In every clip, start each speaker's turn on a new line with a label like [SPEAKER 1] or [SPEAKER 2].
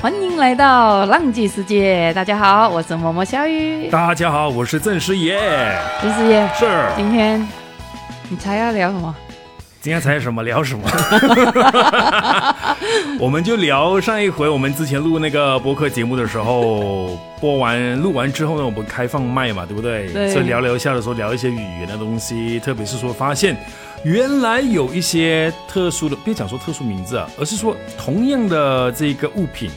[SPEAKER 1] 欢迎来到浪迹世界，大家好，我是默默小雨。
[SPEAKER 2] 大家好，我是郑师爷。
[SPEAKER 1] 郑师爷，
[SPEAKER 2] 是，
[SPEAKER 1] 今天你猜要聊什么？
[SPEAKER 2] 今天猜什么聊什么？我们就聊上一回我们之前录那个播客节目的时候，播完录完之后呢，我们开放麦嘛，对不对？
[SPEAKER 1] 对
[SPEAKER 2] 所以聊聊下的时候聊一些语言的东西，特别是说发现原来有一些特殊的，别讲说特殊名字啊，而是说同样的这个物品，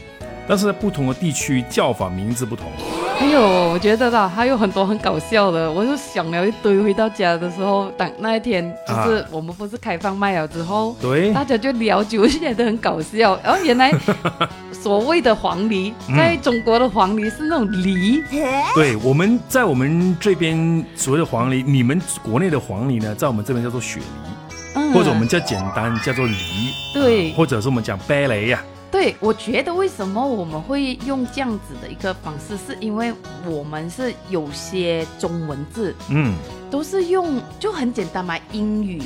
[SPEAKER 2] 但是在不同的地区叫法名字不同。
[SPEAKER 1] 还有，哎我觉得啦，还有很多很搞笑的，我就想了一堆。回到家的时候，当那一天就是
[SPEAKER 2] 啊
[SPEAKER 1] 我们不是开放麦了之后，
[SPEAKER 2] 对，
[SPEAKER 1] 大家就聊久，就觉得很搞笑。然后原 来所谓的黄鹂，
[SPEAKER 2] 嗯
[SPEAKER 1] 在中国的黄鹂是那种梨，
[SPEAKER 2] 对，我们在我们这边所谓的黄鹂，你们国内的黄鹂呢，在我们这边叫做雪梨，
[SPEAKER 1] 嗯
[SPEAKER 2] 或者我们叫简单叫做梨，啊
[SPEAKER 1] 对
[SPEAKER 2] 或者是我们讲芭蕾呀、
[SPEAKER 1] 对，我觉得为什么我们会用这样子的一个方式，是因为我们是有些中文字
[SPEAKER 2] 嗯，
[SPEAKER 1] 都是用就很简单嘛，英语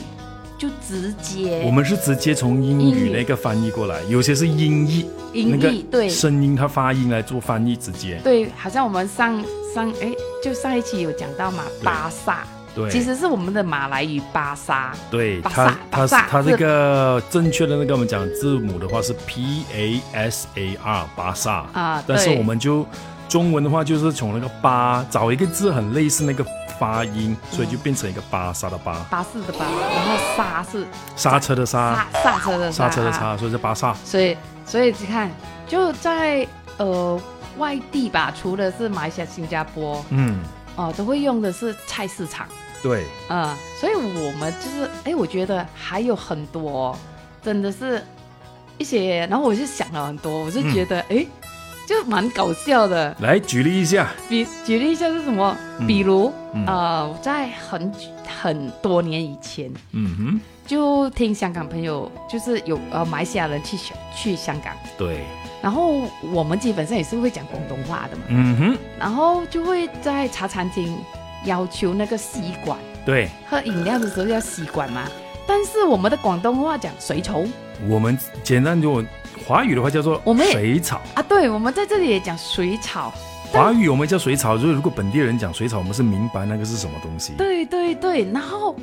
[SPEAKER 1] 就直接
[SPEAKER 2] 我们是直接从英语那个翻译过来，有些是音译，
[SPEAKER 1] 音译、
[SPEAKER 2] 那
[SPEAKER 1] 对
[SPEAKER 2] 个声音它发音来做翻译，直接
[SPEAKER 1] 对，好像我们上上哎，就上一期有讲到嘛，
[SPEAKER 2] 对
[SPEAKER 1] 巴萨
[SPEAKER 2] 对，
[SPEAKER 1] 其实是我们的马来语巴沙，
[SPEAKER 2] 对
[SPEAKER 1] 巴
[SPEAKER 2] 它
[SPEAKER 1] 萨
[SPEAKER 2] 它是
[SPEAKER 1] 巴萨
[SPEAKER 2] 它
[SPEAKER 1] 是
[SPEAKER 2] 这个正确的那个我们讲字母的话是 P A S A R 巴萨
[SPEAKER 1] 啊
[SPEAKER 2] 但是
[SPEAKER 1] 对
[SPEAKER 2] 我们就中文的话就是从那个巴找一个字很类似那个发音，
[SPEAKER 1] 嗯
[SPEAKER 2] 所以就变成一个巴萨的巴，
[SPEAKER 1] 巴士的巴，然后沙是
[SPEAKER 2] 刹车的刹
[SPEAKER 1] 刹，刹车的
[SPEAKER 2] 啊刹车的
[SPEAKER 1] 啊
[SPEAKER 2] 刹，所以是巴萨。
[SPEAKER 1] 所以，所以你看，就在呃外地吧，除了是马来西亚、新加坡，
[SPEAKER 2] 嗯，
[SPEAKER 1] 哦、都会用的是菜市场，
[SPEAKER 2] 对，
[SPEAKER 1] 啊、所以我们就是，哎，我觉得还有很多，真的是一些，然后我就想了很多，我就觉得，
[SPEAKER 2] 嗯
[SPEAKER 1] 哎、就蛮搞笑的。
[SPEAKER 2] 来举例一下，
[SPEAKER 1] 比举例一下是什么？
[SPEAKER 2] 嗯
[SPEAKER 1] 比如，
[SPEAKER 2] 嗯
[SPEAKER 1] 呃，在很很多年以前，
[SPEAKER 2] 嗯
[SPEAKER 1] 就听香港朋友，就是有呃马来西亚人去香去香港。
[SPEAKER 2] 哼，对，
[SPEAKER 1] 然后我们基本上也是会讲广东话的嘛，
[SPEAKER 2] 嗯哼，
[SPEAKER 1] 然后就会在茶餐厅要求那个吸管，
[SPEAKER 2] 对，
[SPEAKER 1] 喝饮料的时候要吸管嘛。但是我们的广东话讲水筹
[SPEAKER 2] 我们简单就华语的话叫做
[SPEAKER 1] 我们也
[SPEAKER 2] 水草，
[SPEAKER 1] 啊，对，我们在这里也讲水草，
[SPEAKER 2] 华语我们叫水草，就是如果本地人讲水草，我们是明白那个是什么东西。
[SPEAKER 1] 对对对。然后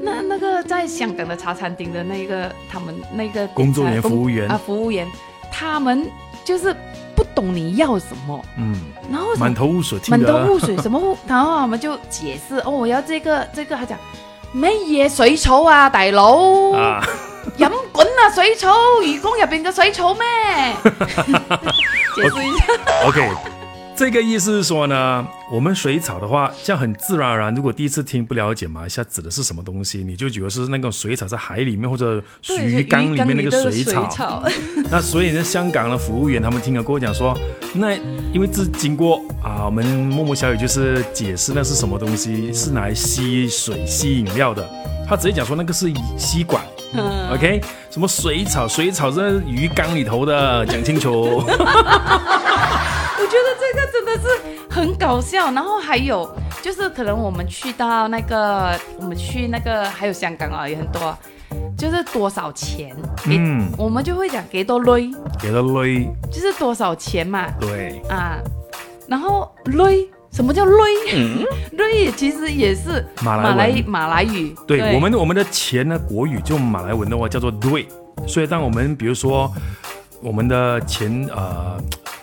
[SPEAKER 1] 那那个在香港的茶餐厅的那个他们那个
[SPEAKER 2] 工作人员
[SPEAKER 1] 工
[SPEAKER 2] 服务员
[SPEAKER 1] 啊，服务员他们就是不懂你要什么，
[SPEAKER 2] 嗯，
[SPEAKER 1] 然后什么
[SPEAKER 2] 满头雾水，听啊
[SPEAKER 1] 满
[SPEAKER 2] 得
[SPEAKER 1] 头雾水，什么 雾？然后我们就解释哦，我要这个这个，他讲乜嘢水草啊，大佬，
[SPEAKER 2] 啊，
[SPEAKER 1] 饮滚啊水草，鱼缸入边嘅水 草咩？解释一下，
[SPEAKER 2] OK，这个意思是说呢，我们水草的话，这样很自然而然。如果第一次听不了解马来西亚指的是什么东西，你就觉得是那种水草在海里面或者
[SPEAKER 1] 对
[SPEAKER 2] 鱼缸里面那个水
[SPEAKER 1] 鱼
[SPEAKER 2] 草
[SPEAKER 1] 缸。里的水草
[SPEAKER 2] 那所以呢，香港的服务员他们听了跟我讲说，那因为自经过啊，我们默默小雨就是解释那是什么东西，是拿来吸水、吸饮料的。他直接讲说那个是吸管。
[SPEAKER 1] 嗯
[SPEAKER 2] OK，什么水草？水草是在鱼缸里头的，讲清
[SPEAKER 1] 我
[SPEAKER 2] 楚。
[SPEAKER 1] 觉得这个真的是很搞笑。然后还有就是，可能我们去到那个，我们去那个，还有香港啊，也很多，就是多少钱，给
[SPEAKER 2] 嗯
[SPEAKER 1] 我们就会讲几多累，
[SPEAKER 2] 给了累，
[SPEAKER 1] 就是多少钱嘛。
[SPEAKER 2] 对。
[SPEAKER 1] 啊，然后累，什么叫累？ 累、其实也是
[SPEAKER 2] 嗯马来文
[SPEAKER 1] 马来语，
[SPEAKER 2] 对我们我们的钱呢，国语就马来文的话叫做对，所以当我们比如说我们的钱呃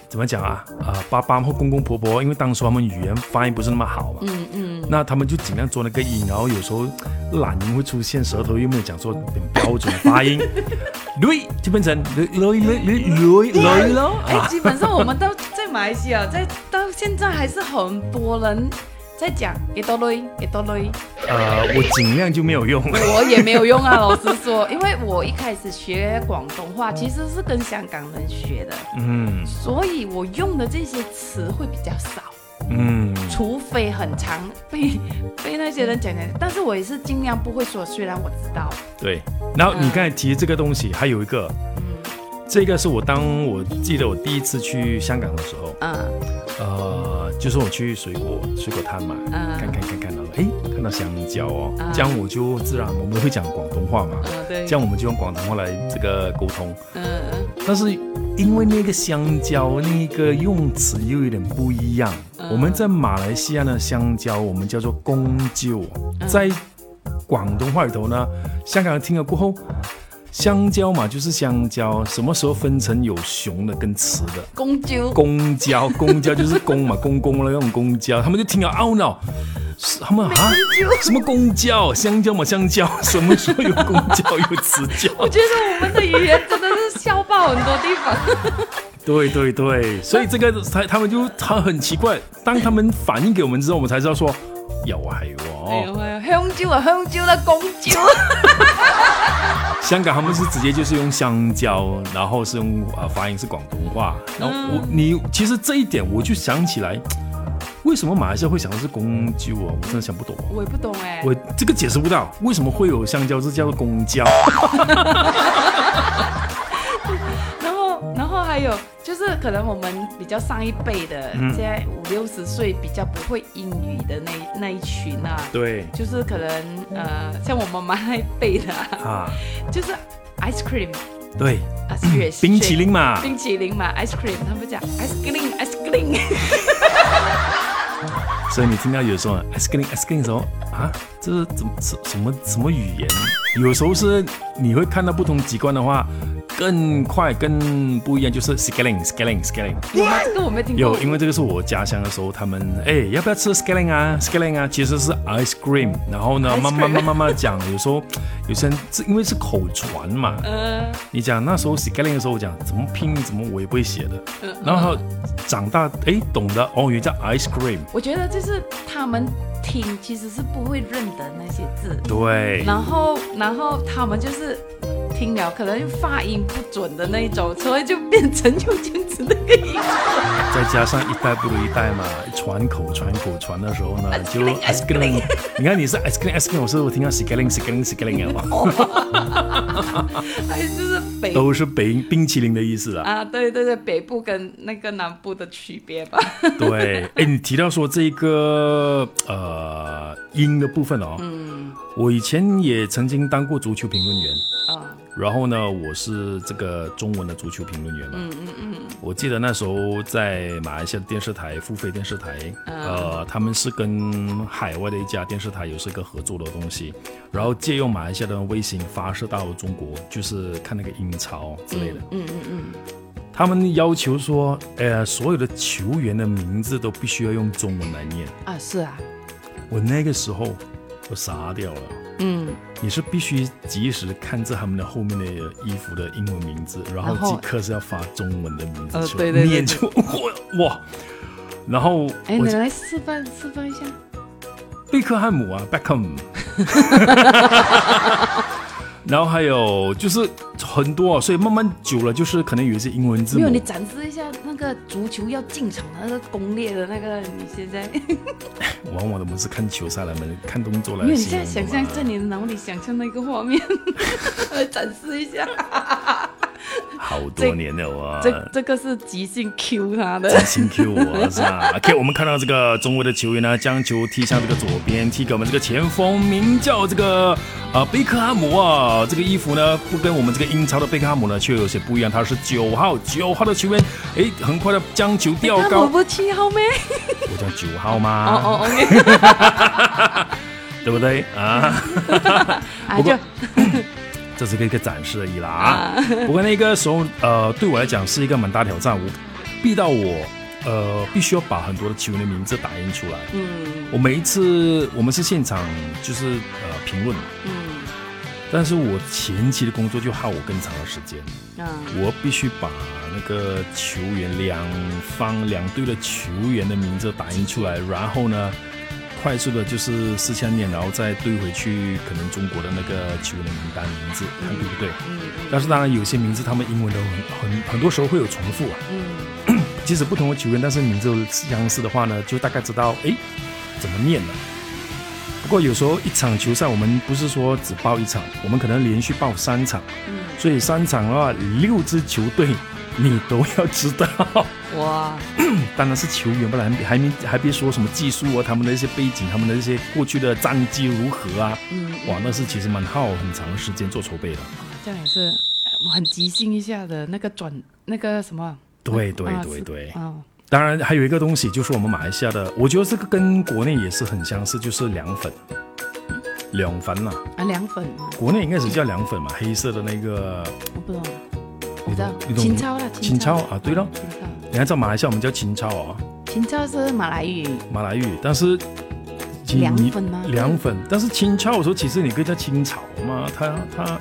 [SPEAKER 2] 怎么讲啊呃爸爸或公公婆婆，因为当时他们语言发音不是那么好嘛，
[SPEAKER 1] 嗯嗯，
[SPEAKER 2] 那他们就尽量做那个音，然后有时候懒音会出现，舌头又没有讲说很标准发音，对就变成对对对对对咯
[SPEAKER 1] 哎、
[SPEAKER 2] 啊，
[SPEAKER 1] 基本上我们到在马来西亚， 在到现在还是很多人在讲给多累，给多累，
[SPEAKER 2] 呃我尽量就没有用，
[SPEAKER 1] 我也没有用啊，老实说，因为我一开始学广东话其实是跟香港人学的，
[SPEAKER 2] 嗯
[SPEAKER 1] 所以我用的这些词会比较少。
[SPEAKER 2] 嗯
[SPEAKER 1] 除非很长被被那些人讲讲，但是我也是尽量不会说，虽然我知道，
[SPEAKER 2] 对，然后你刚才提这个东西，还有一个。这个是我当我记得我第一次去香港的时候，
[SPEAKER 1] 嗯
[SPEAKER 2] 呃，就是我去水果水果摊嘛，
[SPEAKER 1] 嗯
[SPEAKER 2] 看看看看到了，哎，看到香蕉哦，
[SPEAKER 1] 啊
[SPEAKER 2] 这样我就自然我们会讲广东话嘛，
[SPEAKER 1] 嗯，对，
[SPEAKER 2] 这样我们就用广东话来这个沟通。
[SPEAKER 1] 嗯嗯
[SPEAKER 2] 但是因为那个香蕉那个用词又有点不一样，
[SPEAKER 1] 嗯
[SPEAKER 2] 我们在马来西亚呢，香蕉我们叫做公鸠，
[SPEAKER 1] 嗯
[SPEAKER 2] 在广东话里头呢，香港人听了过后，香蕉嘛就是香蕉，什么时候分成有雄的跟雌的？
[SPEAKER 1] 公鸠，
[SPEAKER 2] 公交，公交就是公嘛，公公的那种公交，他们就听了懊恼，是他们啊，什么公交，香蕉嘛，香蕉，什么时候有公交有雌交？
[SPEAKER 1] 我觉得我们的语言真的是笑爆很多地方。
[SPEAKER 2] 对对对，所以这个他他们就他很奇怪，当他们反映给我们之后，我们才知道说，有哦係
[SPEAKER 1] 哎呦
[SPEAKER 2] 喎，
[SPEAKER 1] 喂，香蕉啊，香蕉啦，公蕉。
[SPEAKER 2] 香港他们是直接就是用香蕉，然后是用呃发音是广东话，
[SPEAKER 1] 嗯
[SPEAKER 2] 然后我、你其实这一点我就想起来，为什么马来西亚会想到是公鸠哦，我真的想不懂哦。
[SPEAKER 1] 我也不懂哎、
[SPEAKER 2] 我这个解释不到，为什么会有香蕉？这叫做公蕉。
[SPEAKER 1] 然后，然后还有就是，可能我们比较上一辈的，现在五六十岁比较不会英语的那一那一群啊，
[SPEAKER 2] 对
[SPEAKER 1] 就是可能呃，像我妈妈那一辈的、啊，
[SPEAKER 2] 啊，
[SPEAKER 1] 就是 ice cream
[SPEAKER 2] 对，
[SPEAKER 1] 啊，雪
[SPEAKER 2] 冰淇淋嘛，
[SPEAKER 1] 冰淇淋嘛，ice cream，他们讲 ice cream，ice cream，
[SPEAKER 2] 所以你听到有时候 ice cream ice cream 的时候啊，这是怎么什什么什么语言？有时候是你会看到不同籍贯的话，更快更不一样，就是 scaling scaling scaling。
[SPEAKER 1] 有吗？这个我没听过。
[SPEAKER 2] 有，因为这个是我家乡的时候，他们哎要不要吃 scaling 啊？scaling 啊，其实是 ice cream。然后呢，
[SPEAKER 1] Ice
[SPEAKER 2] 慢慢
[SPEAKER 1] cream
[SPEAKER 2] 慢慢慢讲，有时候有些人是因为是口传嘛，
[SPEAKER 1] 呃，
[SPEAKER 2] 你讲那时候 scaling 的时候，我讲怎么拼怎么我也不会写的。
[SPEAKER 1] 嗯
[SPEAKER 2] 然后长大哎懂得哦，原来叫 ice cream。
[SPEAKER 1] 我觉得就是他们听其实是不会认得那些字，
[SPEAKER 2] 对，
[SPEAKER 1] 然后然后他们就是听了可能发音不准的那一种，所以就变成有这样子的一个音。
[SPEAKER 2] 再加上一代不如一代嘛，传口传口传的时候呢，就
[SPEAKER 1] Ice
[SPEAKER 2] ice cream。你看你是 ice cream ice cream，我是我听到 scaling scaling scaling 啊，
[SPEAKER 1] 还就是北
[SPEAKER 2] 都是北冰淇淋的意思啊。
[SPEAKER 1] 啊，对对对，北部跟那个南部的区别吧。
[SPEAKER 2] 对，哎，你提到说这个呃音的部分哦，我以前也曾经当过足球评论员。
[SPEAKER 1] 啊，
[SPEAKER 2] 然后呢，我是这个中文的足球评论员嘛。嗯嗯嗯。我记得那时候在马来西亚的电视台，付费电视台，呃，他们是跟海外的一家电视台有是一个合作的东西，然后借用马来西亚的卫星发射到中国，就是看那个英超之类的。
[SPEAKER 1] 嗯嗯嗯，
[SPEAKER 2] 他们要求说，呃，所有的球员的名字都必须要用中文来念。
[SPEAKER 1] 啊是啊，
[SPEAKER 2] 我那个时候我傻掉了。
[SPEAKER 1] 嗯，
[SPEAKER 2] 你是必须及时看着他们的后面的衣服的英文名字，然后
[SPEAKER 1] 然后
[SPEAKER 2] 即刻是要发中文的名字
[SPEAKER 1] 呃
[SPEAKER 2] 出来，
[SPEAKER 1] 对对对
[SPEAKER 2] 念出哇哇。然后
[SPEAKER 1] 哎，
[SPEAKER 2] 我
[SPEAKER 1] 你来示范示范一下。
[SPEAKER 2] 贝克汉姆啊，Beckham，然后还有就是很多、啊，所以慢慢久了就是可能有一些英文字
[SPEAKER 1] 没有，
[SPEAKER 2] 母
[SPEAKER 1] 你展示一下那个足球要进场的那个攻略的那个，你现 在，
[SPEAKER 2] 呃往往我们是看球赛来，我们看动作来
[SPEAKER 1] 没有，你
[SPEAKER 2] 形
[SPEAKER 1] 现在想
[SPEAKER 2] 容的
[SPEAKER 1] 象
[SPEAKER 2] 嘛
[SPEAKER 1] 在你的脑里想象那个画面， 展示一下。
[SPEAKER 2] 好
[SPEAKER 1] 这
[SPEAKER 2] 多年了啊，
[SPEAKER 1] 这这个是即兴 Q 他的，
[SPEAKER 2] 新 Q 我啊是吧 ？OK，我们看到这个中国的球员呢，将球踢向这个左边，踢给我们这个前锋，名叫这个呃贝克汉姆啊。这个衣服呢，不跟我们这个英超的贝克汉姆呢，却有些不一样。他是九号，九号的球员，诶，很快的将球吊
[SPEAKER 1] 看我
[SPEAKER 2] 高。
[SPEAKER 1] 哎不七号咩？
[SPEAKER 2] 我讲九号
[SPEAKER 1] 哦
[SPEAKER 2] 吗？
[SPEAKER 1] 哦，OK，
[SPEAKER 2] 对不对
[SPEAKER 1] 哦
[SPEAKER 2] 啊？
[SPEAKER 1] 啊
[SPEAKER 2] 不过
[SPEAKER 1] 就
[SPEAKER 2] 这是个一个展示而已啦啊。不过那个时候，呃，对我来讲是一个蛮大挑战，我逼到我呃必须要把很多的球员的名字打印出来。
[SPEAKER 1] 嗯
[SPEAKER 2] 我每一次我们是现场就是呃评论，
[SPEAKER 1] 嗯
[SPEAKER 2] 但是我前期的工作就耗我更长的时间，
[SPEAKER 1] 啊
[SPEAKER 2] 我必须把那个球员两方两队的球员的名字打印出来，然后呢，快速的就是四千念，然后再对回去可能中国的那个球员的名单名字，看对不对？
[SPEAKER 1] 嗯
[SPEAKER 2] 但是当然有些名字他们英文都很很很多时候会有重复啊，
[SPEAKER 1] 嗯
[SPEAKER 2] 即使不同的球员，但是名字都相似的话呢，就大概知道诶怎么念了。不过有时候一场球赛，我们不是说只报一场，我们可能连续报三场，
[SPEAKER 1] 嗯
[SPEAKER 2] 啊所以三场的话，六支球队你都要知道。
[SPEAKER 1] 哇，
[SPEAKER 2] 当然是球员，不然还还没还别说什么技术啊，他们的一些背景，他们的一些过去的战绩如何啊？
[SPEAKER 1] 嗯，
[SPEAKER 2] 哇，那是其实蛮耗很长时间做筹备的。
[SPEAKER 1] 这样也是呃很即兴一下的那个转那个什么，
[SPEAKER 2] 对对
[SPEAKER 1] 啊
[SPEAKER 2] 对
[SPEAKER 1] 是
[SPEAKER 2] 对，
[SPEAKER 1] 啊，
[SPEAKER 2] 当然还有一个东西就是我们马来西亚的，我觉得这个跟国内也是很相似，就是凉粉，凉粉啦，
[SPEAKER 1] 啊凉粉啊，
[SPEAKER 2] 国内应该是叫凉粉嘛，黑色的那个，
[SPEAKER 1] 我不懂，我知道
[SPEAKER 2] 你懂
[SPEAKER 1] 秦超啦，
[SPEAKER 2] 秦超啊对咯
[SPEAKER 1] 秦超，
[SPEAKER 2] 你看在马来西亚我们叫秦超啊、
[SPEAKER 1] 秦超是马来语，
[SPEAKER 2] 马来语，但是你
[SPEAKER 1] 凉
[SPEAKER 2] 你
[SPEAKER 1] 粉吗
[SPEAKER 2] 凉粉，但是清炒的时候，其实你可以叫清炒嘛，它它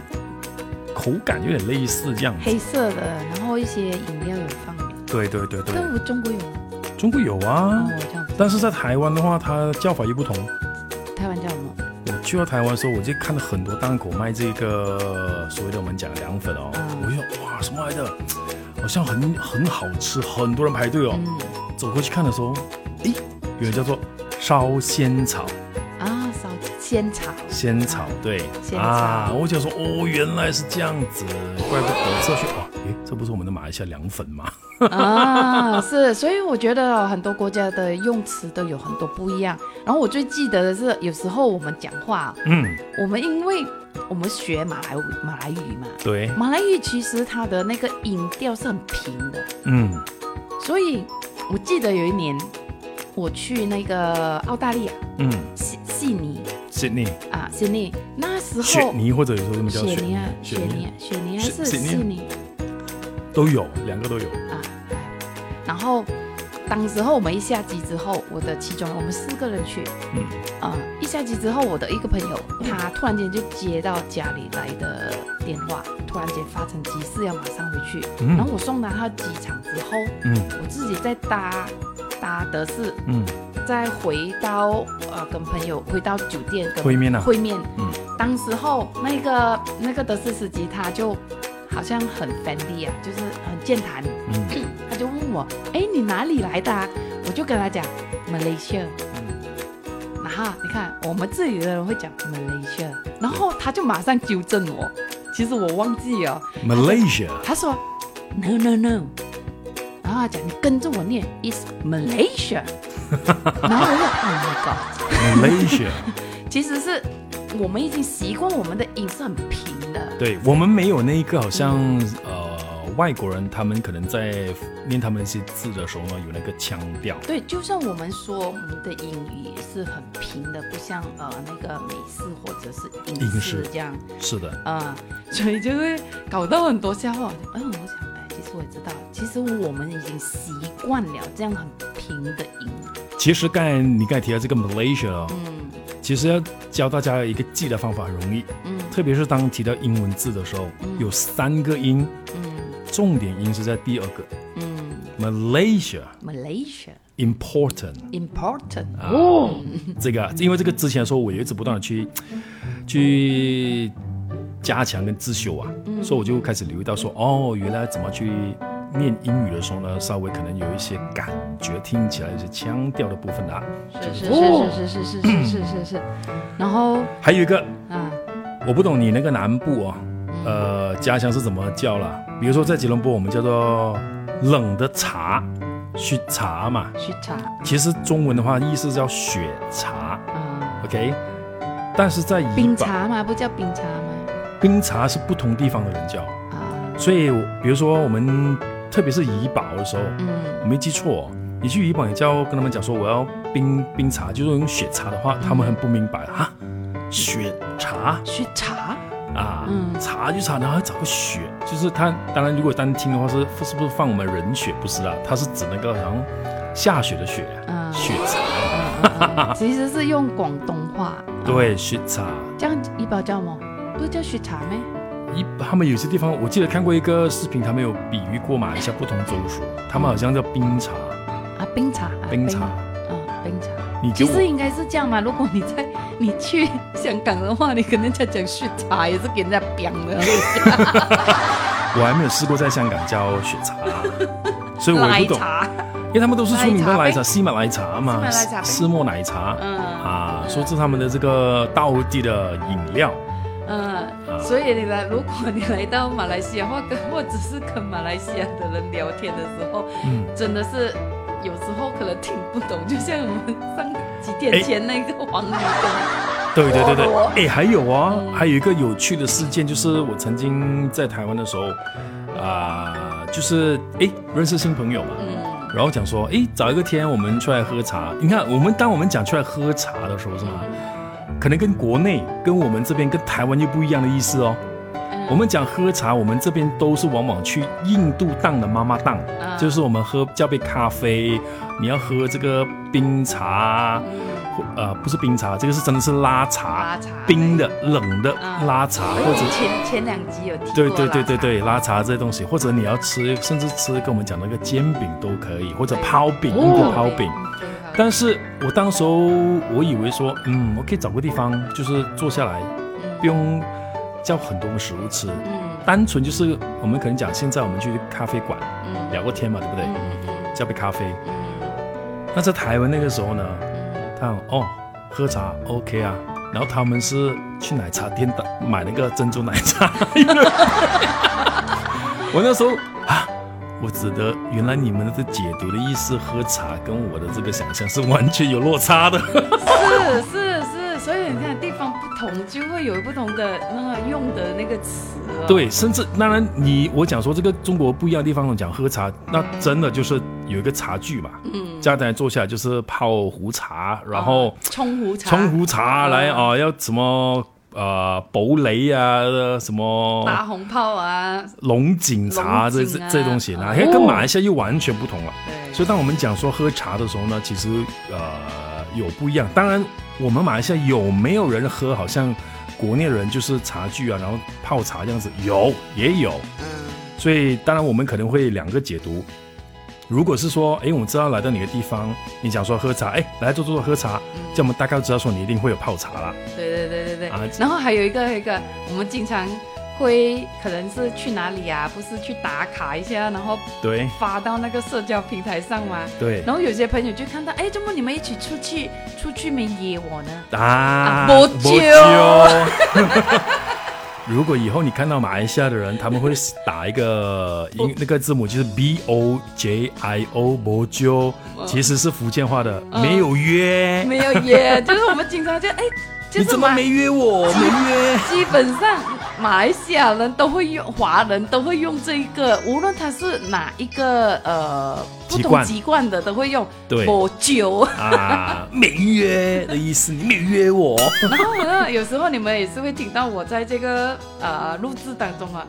[SPEAKER 2] 口感有点类似这样。
[SPEAKER 1] 黑色的，然后一些饮料有放，
[SPEAKER 2] 对对对对，
[SPEAKER 1] 但我中国有吗？
[SPEAKER 2] 中国有啊
[SPEAKER 1] 哦，，这样子，
[SPEAKER 2] 但是在台湾的话，它叫法又不同。
[SPEAKER 1] 台湾叫什么？
[SPEAKER 2] 我去到台湾的时候，我就看到很多档口卖这个所谓的我们讲的凉粉哦，
[SPEAKER 1] 嗯
[SPEAKER 2] 我就说哇什么来着，好像很很好吃，很多人排队哦。
[SPEAKER 1] 嗯，
[SPEAKER 2] 走过去看的时候，诶，有人叫做烧仙草。
[SPEAKER 1] 啊，烧仙草，
[SPEAKER 2] 仙草，对
[SPEAKER 1] 仙草
[SPEAKER 2] 啊，我想说哦，原来是这样子，怪不得这去哦，诶，这不是我们的马来西亚凉粉吗？
[SPEAKER 1] 啊，是，所以我觉得哦很多国家的用词都有很多不一样。然后我最记得的是，有时候我们讲话，
[SPEAKER 2] 嗯，
[SPEAKER 1] 我们因为我们学马来文马来语嘛，
[SPEAKER 2] 对，
[SPEAKER 1] 马来语其实它的那个音调是很平的，
[SPEAKER 2] 嗯
[SPEAKER 1] 所以我记得有一年我去那个澳大利亚
[SPEAKER 2] 嗯，
[SPEAKER 1] 悉悉尼
[SPEAKER 2] 雪尼，
[SPEAKER 1] 啊，悉尼那时
[SPEAKER 2] 雪
[SPEAKER 1] 候
[SPEAKER 2] 泥或者有时候他们叫
[SPEAKER 1] 雪
[SPEAKER 2] 雪
[SPEAKER 1] 尼啊，
[SPEAKER 2] 雪
[SPEAKER 1] 雪尼啊，雪尼还
[SPEAKER 2] 雪
[SPEAKER 1] 是
[SPEAKER 2] 悉尼
[SPEAKER 1] 悉尼
[SPEAKER 2] 都有，两个都有，
[SPEAKER 1] 啊。然后当时候我们一下机之后，我的其中我们四个人去，
[SPEAKER 2] 嗯
[SPEAKER 1] 啊、一下机之后，我的一个朋友他突然间就接到家里来的电话，突然间发生急事要马上回去，然后
[SPEAKER 2] 嗯
[SPEAKER 1] 我送达他机场之后，
[SPEAKER 2] 嗯
[SPEAKER 1] 我自己再搭搭德士，
[SPEAKER 2] 嗯，
[SPEAKER 1] 再回到呃跟朋友回到酒店跟
[SPEAKER 2] 烩面啊
[SPEAKER 1] 会面，
[SPEAKER 2] 嗯
[SPEAKER 1] 当时候那个那个德士司机他就好像很 friendly 啊，就是很健谈，
[SPEAKER 2] 嗯
[SPEAKER 1] 他就问我，哎，你哪里来的、啊？我就跟他讲 Malaysia，然
[SPEAKER 2] 嗯
[SPEAKER 1] 后你看我们这里的人会讲 Malaysia，然后他就马上纠正我，其实我忘记了，
[SPEAKER 2] ，Malaysia，
[SPEAKER 1] 他说 No No No，然后他讲你跟着我念 Is Malaysia，然后我就 Oh my God。
[SPEAKER 2] Malaysia，
[SPEAKER 1] 其实是我们已经习惯我们的音是很平的，
[SPEAKER 2] 对我们没有那一个好像呃外国人他们可能在念他们一些字的时候呢，有那个腔调，
[SPEAKER 1] 对，就像我们说我们的英语也是很平的，不像呃那个美式或者是英
[SPEAKER 2] 英
[SPEAKER 1] 式
[SPEAKER 2] 式
[SPEAKER 1] 这样，
[SPEAKER 2] 是的，
[SPEAKER 1] 啊、 所以就会搞到很多笑话。哎，我想，哎，其实我也知道，其实我们已经习惯了这样很平的音，
[SPEAKER 2] 其实刚才你刚才提到这个 Malaysia 哦。
[SPEAKER 1] 嗯
[SPEAKER 2] 其实要教大家一个记的方法很容易，
[SPEAKER 1] 嗯
[SPEAKER 2] 特别是当提到英文字的时候，
[SPEAKER 1] 嗯
[SPEAKER 2] 有三个音，
[SPEAKER 1] 嗯
[SPEAKER 2] 重点音是在第二个
[SPEAKER 1] 嗯
[SPEAKER 2] Malaysia
[SPEAKER 1] ，Malaysia
[SPEAKER 2] important
[SPEAKER 1] important，
[SPEAKER 2] 哦，这
[SPEAKER 1] 嗯
[SPEAKER 2] 个因为这个之前的时候我也一直不断的去去加强跟自修啊，
[SPEAKER 1] 嗯
[SPEAKER 2] 所以我就开始留意到说，哦，原来怎么去。念英语的时候呢，稍微可能有一些感觉，听起来有些腔调的部分啊。
[SPEAKER 1] 是是
[SPEAKER 2] 哦
[SPEAKER 1] 是是是是是是是是，然后
[SPEAKER 2] 还有一个
[SPEAKER 1] 啊嗯
[SPEAKER 2] 我不懂你那个南部啊、呃，家乡是怎么叫啦？比如说在吉隆坡，我们叫做冷的茶，雪茶嘛。
[SPEAKER 1] 去查
[SPEAKER 2] 其实中文的话，意思叫雪茶
[SPEAKER 1] 啊。
[SPEAKER 2] ，OK。但是在
[SPEAKER 1] 冰
[SPEAKER 2] 怡保，
[SPEAKER 1] 茶嘛，不叫冰茶吗？
[SPEAKER 2] 冰茶是不同地方的人叫，
[SPEAKER 1] 啊，
[SPEAKER 2] 所以我比如说我们特别是怡保的时候，
[SPEAKER 1] 嗯
[SPEAKER 2] 我没记错、哦你去怡保，你叫跟他们讲说我要冰冰茶，就是用雪茶的话，他们很不明白啊，雪茶。，
[SPEAKER 1] 去茶，
[SPEAKER 2] 啊，
[SPEAKER 1] 嗯
[SPEAKER 2] 查就查，然后还找个雪，就是它。当然，如果单听的话是是不是放我们人血？不是啦，它是指那个好像下雪的雪，啊
[SPEAKER 1] 嗯
[SPEAKER 2] 雪
[SPEAKER 1] 嗯
[SPEAKER 2] 茶。
[SPEAKER 1] 嗯嗯 其实是用广东话。
[SPEAKER 2] 对，雪茶。
[SPEAKER 1] 这样怡保叫什么？不是叫雪茶咩？
[SPEAKER 2] 一他们有些地方，我记得看过一个视频，他们有比喻过马来西亚不同州属，他们好像叫冰茶，
[SPEAKER 1] 啊，冰茶，啊
[SPEAKER 2] 冰茶。
[SPEAKER 1] 啊，冰茶。
[SPEAKER 2] 你
[SPEAKER 1] 其
[SPEAKER 2] 给
[SPEAKER 1] 实
[SPEAKER 2] 我
[SPEAKER 1] 应该是这样嘛。如果你在你去香港的话，你跟人家讲雪茶也是给人家冰的，
[SPEAKER 2] 我还没有试过在香港叫雪茶，所以我
[SPEAKER 1] 奶
[SPEAKER 2] 也不懂，啊
[SPEAKER 1] 茶。
[SPEAKER 2] 因为他们都是出名的
[SPEAKER 1] 奶
[SPEAKER 2] 奶
[SPEAKER 1] 茶
[SPEAKER 2] 茶，西马奶茶
[SPEAKER 1] 西马
[SPEAKER 2] 嘛，
[SPEAKER 1] 奶茶
[SPEAKER 2] 斯莫奶茶
[SPEAKER 1] 嗯
[SPEAKER 2] 啊，说是他们的这个道地的饮料。
[SPEAKER 1] 嗯，所以你来，如果你来到马来西亚或跟或者是跟马来西亚的人聊天的时候，
[SPEAKER 2] 嗯
[SPEAKER 1] 真的是有时候可能听不懂，就像我们上几
[SPEAKER 2] 哎
[SPEAKER 1] 天前那个黄牛跟
[SPEAKER 2] 对对对对
[SPEAKER 1] 我，
[SPEAKER 2] 哎，还有啊，还有一个有趣的事件，就是我曾经在台湾的时候，啊、就是哎认识新朋友嘛，
[SPEAKER 1] 嗯
[SPEAKER 2] 然后讲说，哎，找一个天我们出来喝茶。你看，我们当我们讲出来喝茶的时候，是吗？可能跟国内、跟我们这边、跟台湾又不一样的意思哦。
[SPEAKER 1] 嗯
[SPEAKER 2] 我们讲喝茶，我们这边都是往往去印度档的妈妈档，
[SPEAKER 1] 啊
[SPEAKER 2] 就是我们喝叫杯咖啡，你要喝这个冰茶，或呃，不是冰茶，这个是真的是拉茶，
[SPEAKER 1] 拉茶
[SPEAKER 2] 冰的、冷的
[SPEAKER 1] 啊
[SPEAKER 2] 拉茶，或者
[SPEAKER 1] 前前两集有提
[SPEAKER 2] 对
[SPEAKER 1] 过
[SPEAKER 2] 对
[SPEAKER 1] 啦
[SPEAKER 2] 对对对，拉茶这些东西，或者你要吃，甚至吃跟我们讲那个煎饼都可以，或者泡饼，
[SPEAKER 1] 对
[SPEAKER 2] 英国泡饼。
[SPEAKER 1] 哦对啊对对
[SPEAKER 2] 但是我当时候我以为说，嗯，我可以找个地方，就是坐下来，不用叫很多的食物吃，
[SPEAKER 1] 嗯
[SPEAKER 2] 单纯就是我们可能讲，现在我们去咖啡馆
[SPEAKER 1] 嗯
[SPEAKER 2] 聊个天嘛，对不对？
[SPEAKER 1] 嗯
[SPEAKER 2] 叫杯咖啡。
[SPEAKER 1] 嗯
[SPEAKER 2] 那在台湾那个时候呢，
[SPEAKER 1] 嗯
[SPEAKER 2] 他讲哦，喝茶 OK 啊，然后他们是去奶茶店的买那个珍珠奶茶。 我那时候啊，我只得原来你们的解读的意思，喝茶跟我的这个想象是完全有落差的。
[SPEAKER 1] 嗯，是是是，所以你看地方不同，就会有不同的那个用的那个词哦。
[SPEAKER 2] 对，甚至当然你我讲说这个中国不一样的地方，我讲喝茶，那真的就是有一个茶具嘛，
[SPEAKER 1] 嗯，
[SPEAKER 2] 家长坐下来就是泡壶茶，然后。
[SPEAKER 1] 哦冲壶茶，
[SPEAKER 2] 冲壶茶来
[SPEAKER 1] 嗯
[SPEAKER 2] 啊、要什么呃堡垒啊，呃什么
[SPEAKER 1] 打红炮啊，
[SPEAKER 2] 龙井茶这
[SPEAKER 1] 龙
[SPEAKER 2] 这
[SPEAKER 1] 井啊
[SPEAKER 2] 这东西呢，
[SPEAKER 1] 哦
[SPEAKER 2] 哎跟马来西亚又完全不同了。
[SPEAKER 1] 对，
[SPEAKER 2] 所以当我们讲说喝茶的时候呢，其实呃有不一样。当然，我们马来西亚有没有人喝？好像国内人就是茶具啊，然后泡茶这样子，有也有。
[SPEAKER 1] 嗯
[SPEAKER 2] 所以当然我们可能会两个解读。如果是说，哎，我们知道来到你的地方，你想说喝茶，哎，来坐坐坐喝茶，这样我们大概知道说你一定会有泡茶啦。
[SPEAKER 1] 对对对对对。
[SPEAKER 2] 啊
[SPEAKER 1] 然后还有一个还有一个，我们经常会可能是去哪里啊，不是去打卡一下，然后
[SPEAKER 2] 对
[SPEAKER 1] 发到那个社交平台上嘛。
[SPEAKER 2] 对
[SPEAKER 1] 然后有些朋友就看到，哎，怎么你们一起出去，出去没约我 呢？
[SPEAKER 2] 啊
[SPEAKER 1] 啊没酒
[SPEAKER 2] 没 如果以后你看到马来西亚的人，他们会打一个英那个字母就是 B O J I O 博酒，其实是福建话的，
[SPEAKER 1] 嗯
[SPEAKER 2] 没有约，
[SPEAKER 1] 没有约，就是我们经常就哎，就
[SPEAKER 2] 你
[SPEAKER 1] 是
[SPEAKER 2] 怎么
[SPEAKER 1] 马
[SPEAKER 2] 没约我？没 约。
[SPEAKER 1] 基本上马来西亚人都会用，华人都会用这一个，无论他是哪一个呃不
[SPEAKER 2] 籍
[SPEAKER 1] 同
[SPEAKER 2] 贯
[SPEAKER 1] 籍贯的，都会用
[SPEAKER 2] 对
[SPEAKER 1] 我 酒。
[SPEAKER 2] 啊，没约的意思，你没有约我。
[SPEAKER 1] 然后呢，有时候你们也是会听到我在这个呃录制当中啊，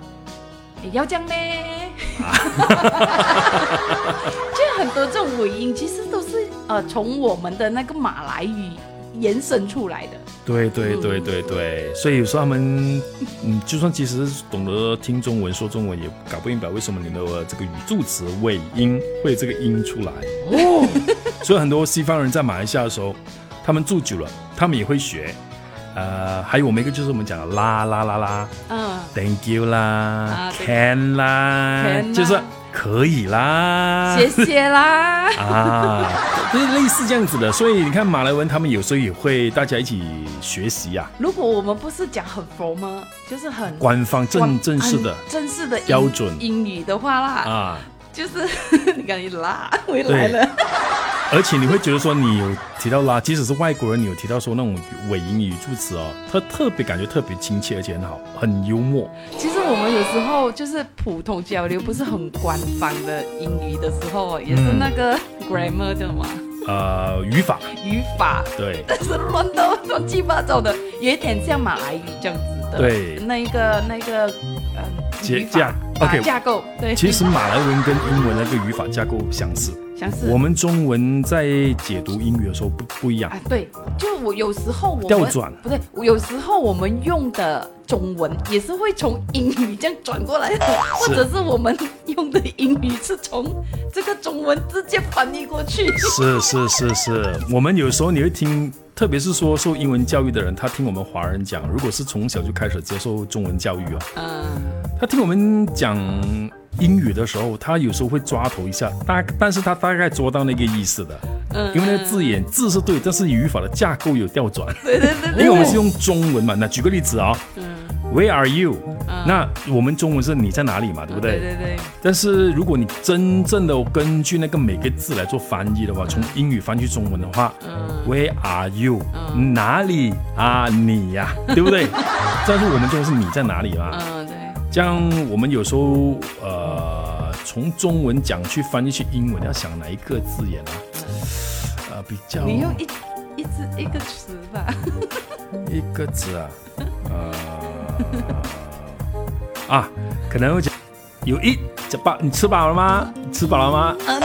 [SPEAKER 1] 你要这样咩？啊 就很多这种尾音，其实都是呃从我们的那个马来语延伸出来的。
[SPEAKER 2] 对
[SPEAKER 1] 嗯
[SPEAKER 2] 对对对对，所以有时候他们，嗯，就算其实懂得听中文说中文，也搞不明白为什么你的这个语助词尾音会有这个音出来。
[SPEAKER 1] 哦，
[SPEAKER 2] 所以很多西方人在马来西亚的时候，他们住久了，他们也会学。呃，还有我们一个就是我们讲的啦啦啦啦
[SPEAKER 1] 嗯，
[SPEAKER 2] ，thank you 啦
[SPEAKER 1] 啊对
[SPEAKER 2] ，can 啦
[SPEAKER 1] can，啦
[SPEAKER 2] 就是可以啦，
[SPEAKER 1] 谢谢啦。
[SPEAKER 2] 啊， 就是类似这样子的。所以你看马来文，他们有时候也会大家一起学习啊呀、
[SPEAKER 1] 如果我们不是讲很 formal，就是很
[SPEAKER 2] 官方正
[SPEAKER 1] 官
[SPEAKER 2] 正式
[SPEAKER 1] 很
[SPEAKER 2] 的
[SPEAKER 1] 啊正式的英
[SPEAKER 2] 标准
[SPEAKER 1] 英语的话啦，
[SPEAKER 2] 啊，
[SPEAKER 1] 就是 你看你拉回来了，
[SPEAKER 2] 而且你会觉得说你有提到啦，即使是外国人，你有提到说那种尾音语助词哦，他特别感觉特别亲切，而且很好，很幽默。
[SPEAKER 1] 其实我们有时候就是普通交流，不是很官方的英语的时候，也是
[SPEAKER 2] 嗯
[SPEAKER 1] 那个 grammar 叫什么
[SPEAKER 2] 呃，语法
[SPEAKER 1] 语法，
[SPEAKER 2] 对
[SPEAKER 1] 但是乱到乱七八糟的，有一点像马来语这样子的。
[SPEAKER 2] 对
[SPEAKER 1] 那一个那一个呃
[SPEAKER 2] 结
[SPEAKER 1] 语法
[SPEAKER 2] 架
[SPEAKER 1] 啊
[SPEAKER 2] OK
[SPEAKER 1] 架构，对，
[SPEAKER 2] 其实马来文跟英文那个语法架构相似，
[SPEAKER 1] 像是
[SPEAKER 2] 我们中文在解读英语的时候不不一样
[SPEAKER 1] 啊，对，就我有时候我们
[SPEAKER 2] 调转
[SPEAKER 1] 不对，我有时候我们用的中文也是会从英语这样转过来的，或者是我们用的英语是从这个中文直接翻译过去。
[SPEAKER 2] 是是是是，我们有时候你会听，特别是说受英文教育的人，他听我们华人讲，如果是从小就开始接受中文教育啊，
[SPEAKER 1] 嗯，
[SPEAKER 2] 他听我们讲英语的时候，他有时候会抓头一下，大但是他大概捉到那个意思的，
[SPEAKER 1] 嗯
[SPEAKER 2] 因为那个字眼字是对，但是语法的架构有调转，
[SPEAKER 1] 对对对
[SPEAKER 2] 因为我们是用中文嘛。那举个例子啊、
[SPEAKER 1] 嗯
[SPEAKER 2] Where are you？、
[SPEAKER 1] 嗯
[SPEAKER 2] 那我们中文是你在哪里嘛，对不对？啊
[SPEAKER 1] 对对对，
[SPEAKER 2] 但是如果你真正的根据那个每个字来做翻译的话，从英语翻去中文的话、
[SPEAKER 1] 嗯
[SPEAKER 2] w h e r e are you？、哪里啊你呀、对 不对？但是我们中文是你在哪里嘛？
[SPEAKER 1] 嗯对。
[SPEAKER 2] 这样我们有时候呃，从中文讲去翻译去英文，要想哪一个字眼啊？呃，比较
[SPEAKER 1] 你用一一只一个词吧，
[SPEAKER 2] 一个字啊，呃啊，可能会讲有一吃饱，你吃饱了吗？吃饱了吗？
[SPEAKER 1] 啊，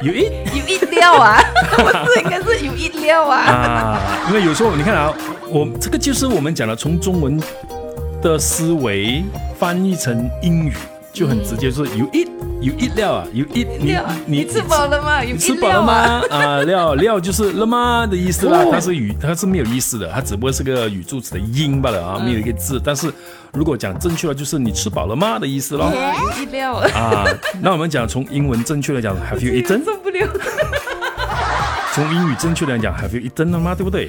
[SPEAKER 1] 你
[SPEAKER 2] 有一
[SPEAKER 1] 有一料啊， 不是应该是有一料啊，
[SPEAKER 2] 啊，因为有时候你看啊，我这个就是我们讲的从中文的思维翻译成英语就很直接，就是有一有一料啊，有一你
[SPEAKER 1] 嗯料啊，
[SPEAKER 2] 你
[SPEAKER 1] 你吃饱了吗？有
[SPEAKER 2] 你
[SPEAKER 1] 一
[SPEAKER 2] 吃饱了
[SPEAKER 1] 料啊，
[SPEAKER 2] 吗？啊，料料就是了吗的意思啦
[SPEAKER 1] 哦，
[SPEAKER 2] 它是语，它是没有意思的，它只不过是个语助词的音罢了啊，
[SPEAKER 1] 嗯
[SPEAKER 2] 没有一个字。但是如果讲正确了，就是你吃饱了吗的意思咯。
[SPEAKER 1] 啊有一料啊，
[SPEAKER 2] 啊，那我们讲从英文正确来讲，Have you eaten？
[SPEAKER 1] 受不了，
[SPEAKER 2] 从英语正确来讲，Have you eaten 了吗？对不对？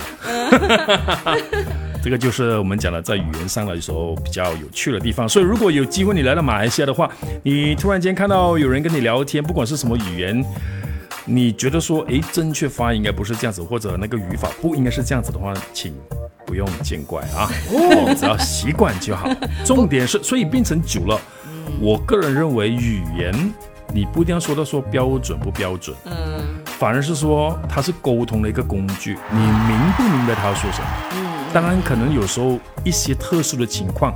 [SPEAKER 2] 这个就是我们讲的在语言上的时候比较有趣的地方。所以如果有机会你来到马来西亚的话，你突然间看到有人跟你聊天，不管是什么语言，你觉得说，诶，正确发音应该不是这样子，或者那个语法不应该是这样子的话，请。不用见怪啊，哦，只要习惯就好。重点是，所以变成久了，我个人认为语言你不一定要说到说标准不标准，
[SPEAKER 1] 嗯
[SPEAKER 2] 反而是说它是沟通的一个工具，你明不明白他要说什么？
[SPEAKER 1] 嗯
[SPEAKER 2] 当然，可能有时候一些特殊的情况，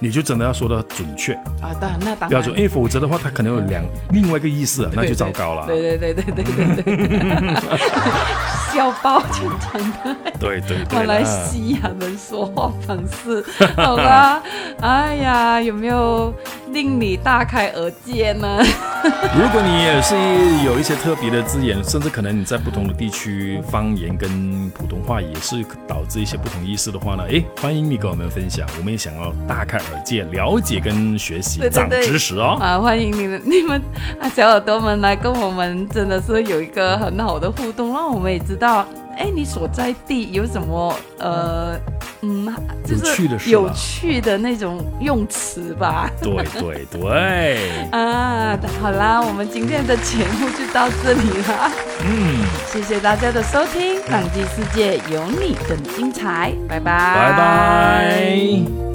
[SPEAKER 2] 你就真的要说的准确
[SPEAKER 1] 啊，当然那当然
[SPEAKER 2] 标准，因为哎否则的话，它可能有两另外一个意思，啊那就糟糕了。
[SPEAKER 1] 对对对对对对对对， 笑爆全场的。
[SPEAKER 2] 对对对
[SPEAKER 1] 马来西亚人说话方式，好 啦，哎呀，有没有令你大开耳界呢？
[SPEAKER 2] 如果你也是有一些特别的字眼，甚至可能你在不同的地区方言跟普通话也是导致一些不同意思的话呢，诶，欢迎你跟我们分享，我们也想要大开耳界，了解跟学习
[SPEAKER 1] 对对
[SPEAKER 2] 长
[SPEAKER 1] 对
[SPEAKER 2] 知识哦。
[SPEAKER 1] 啊，欢迎你们，你们啊，小耳朵们来跟我们，真的是有一个很好的互动，让我们也知道，哎，你所在地有什么呃，嗯，就
[SPEAKER 2] 有趣的
[SPEAKER 1] 是
[SPEAKER 2] 事
[SPEAKER 1] 有
[SPEAKER 2] 啦
[SPEAKER 1] 趣的那种用词吧。
[SPEAKER 2] 对对 对。
[SPEAKER 1] 啊，好啦，我们今天的节目就到这里啦，
[SPEAKER 2] 嗯，
[SPEAKER 1] 谢谢大家的收听，《浪迹世界》有你更精彩，拜拜，
[SPEAKER 2] 拜拜。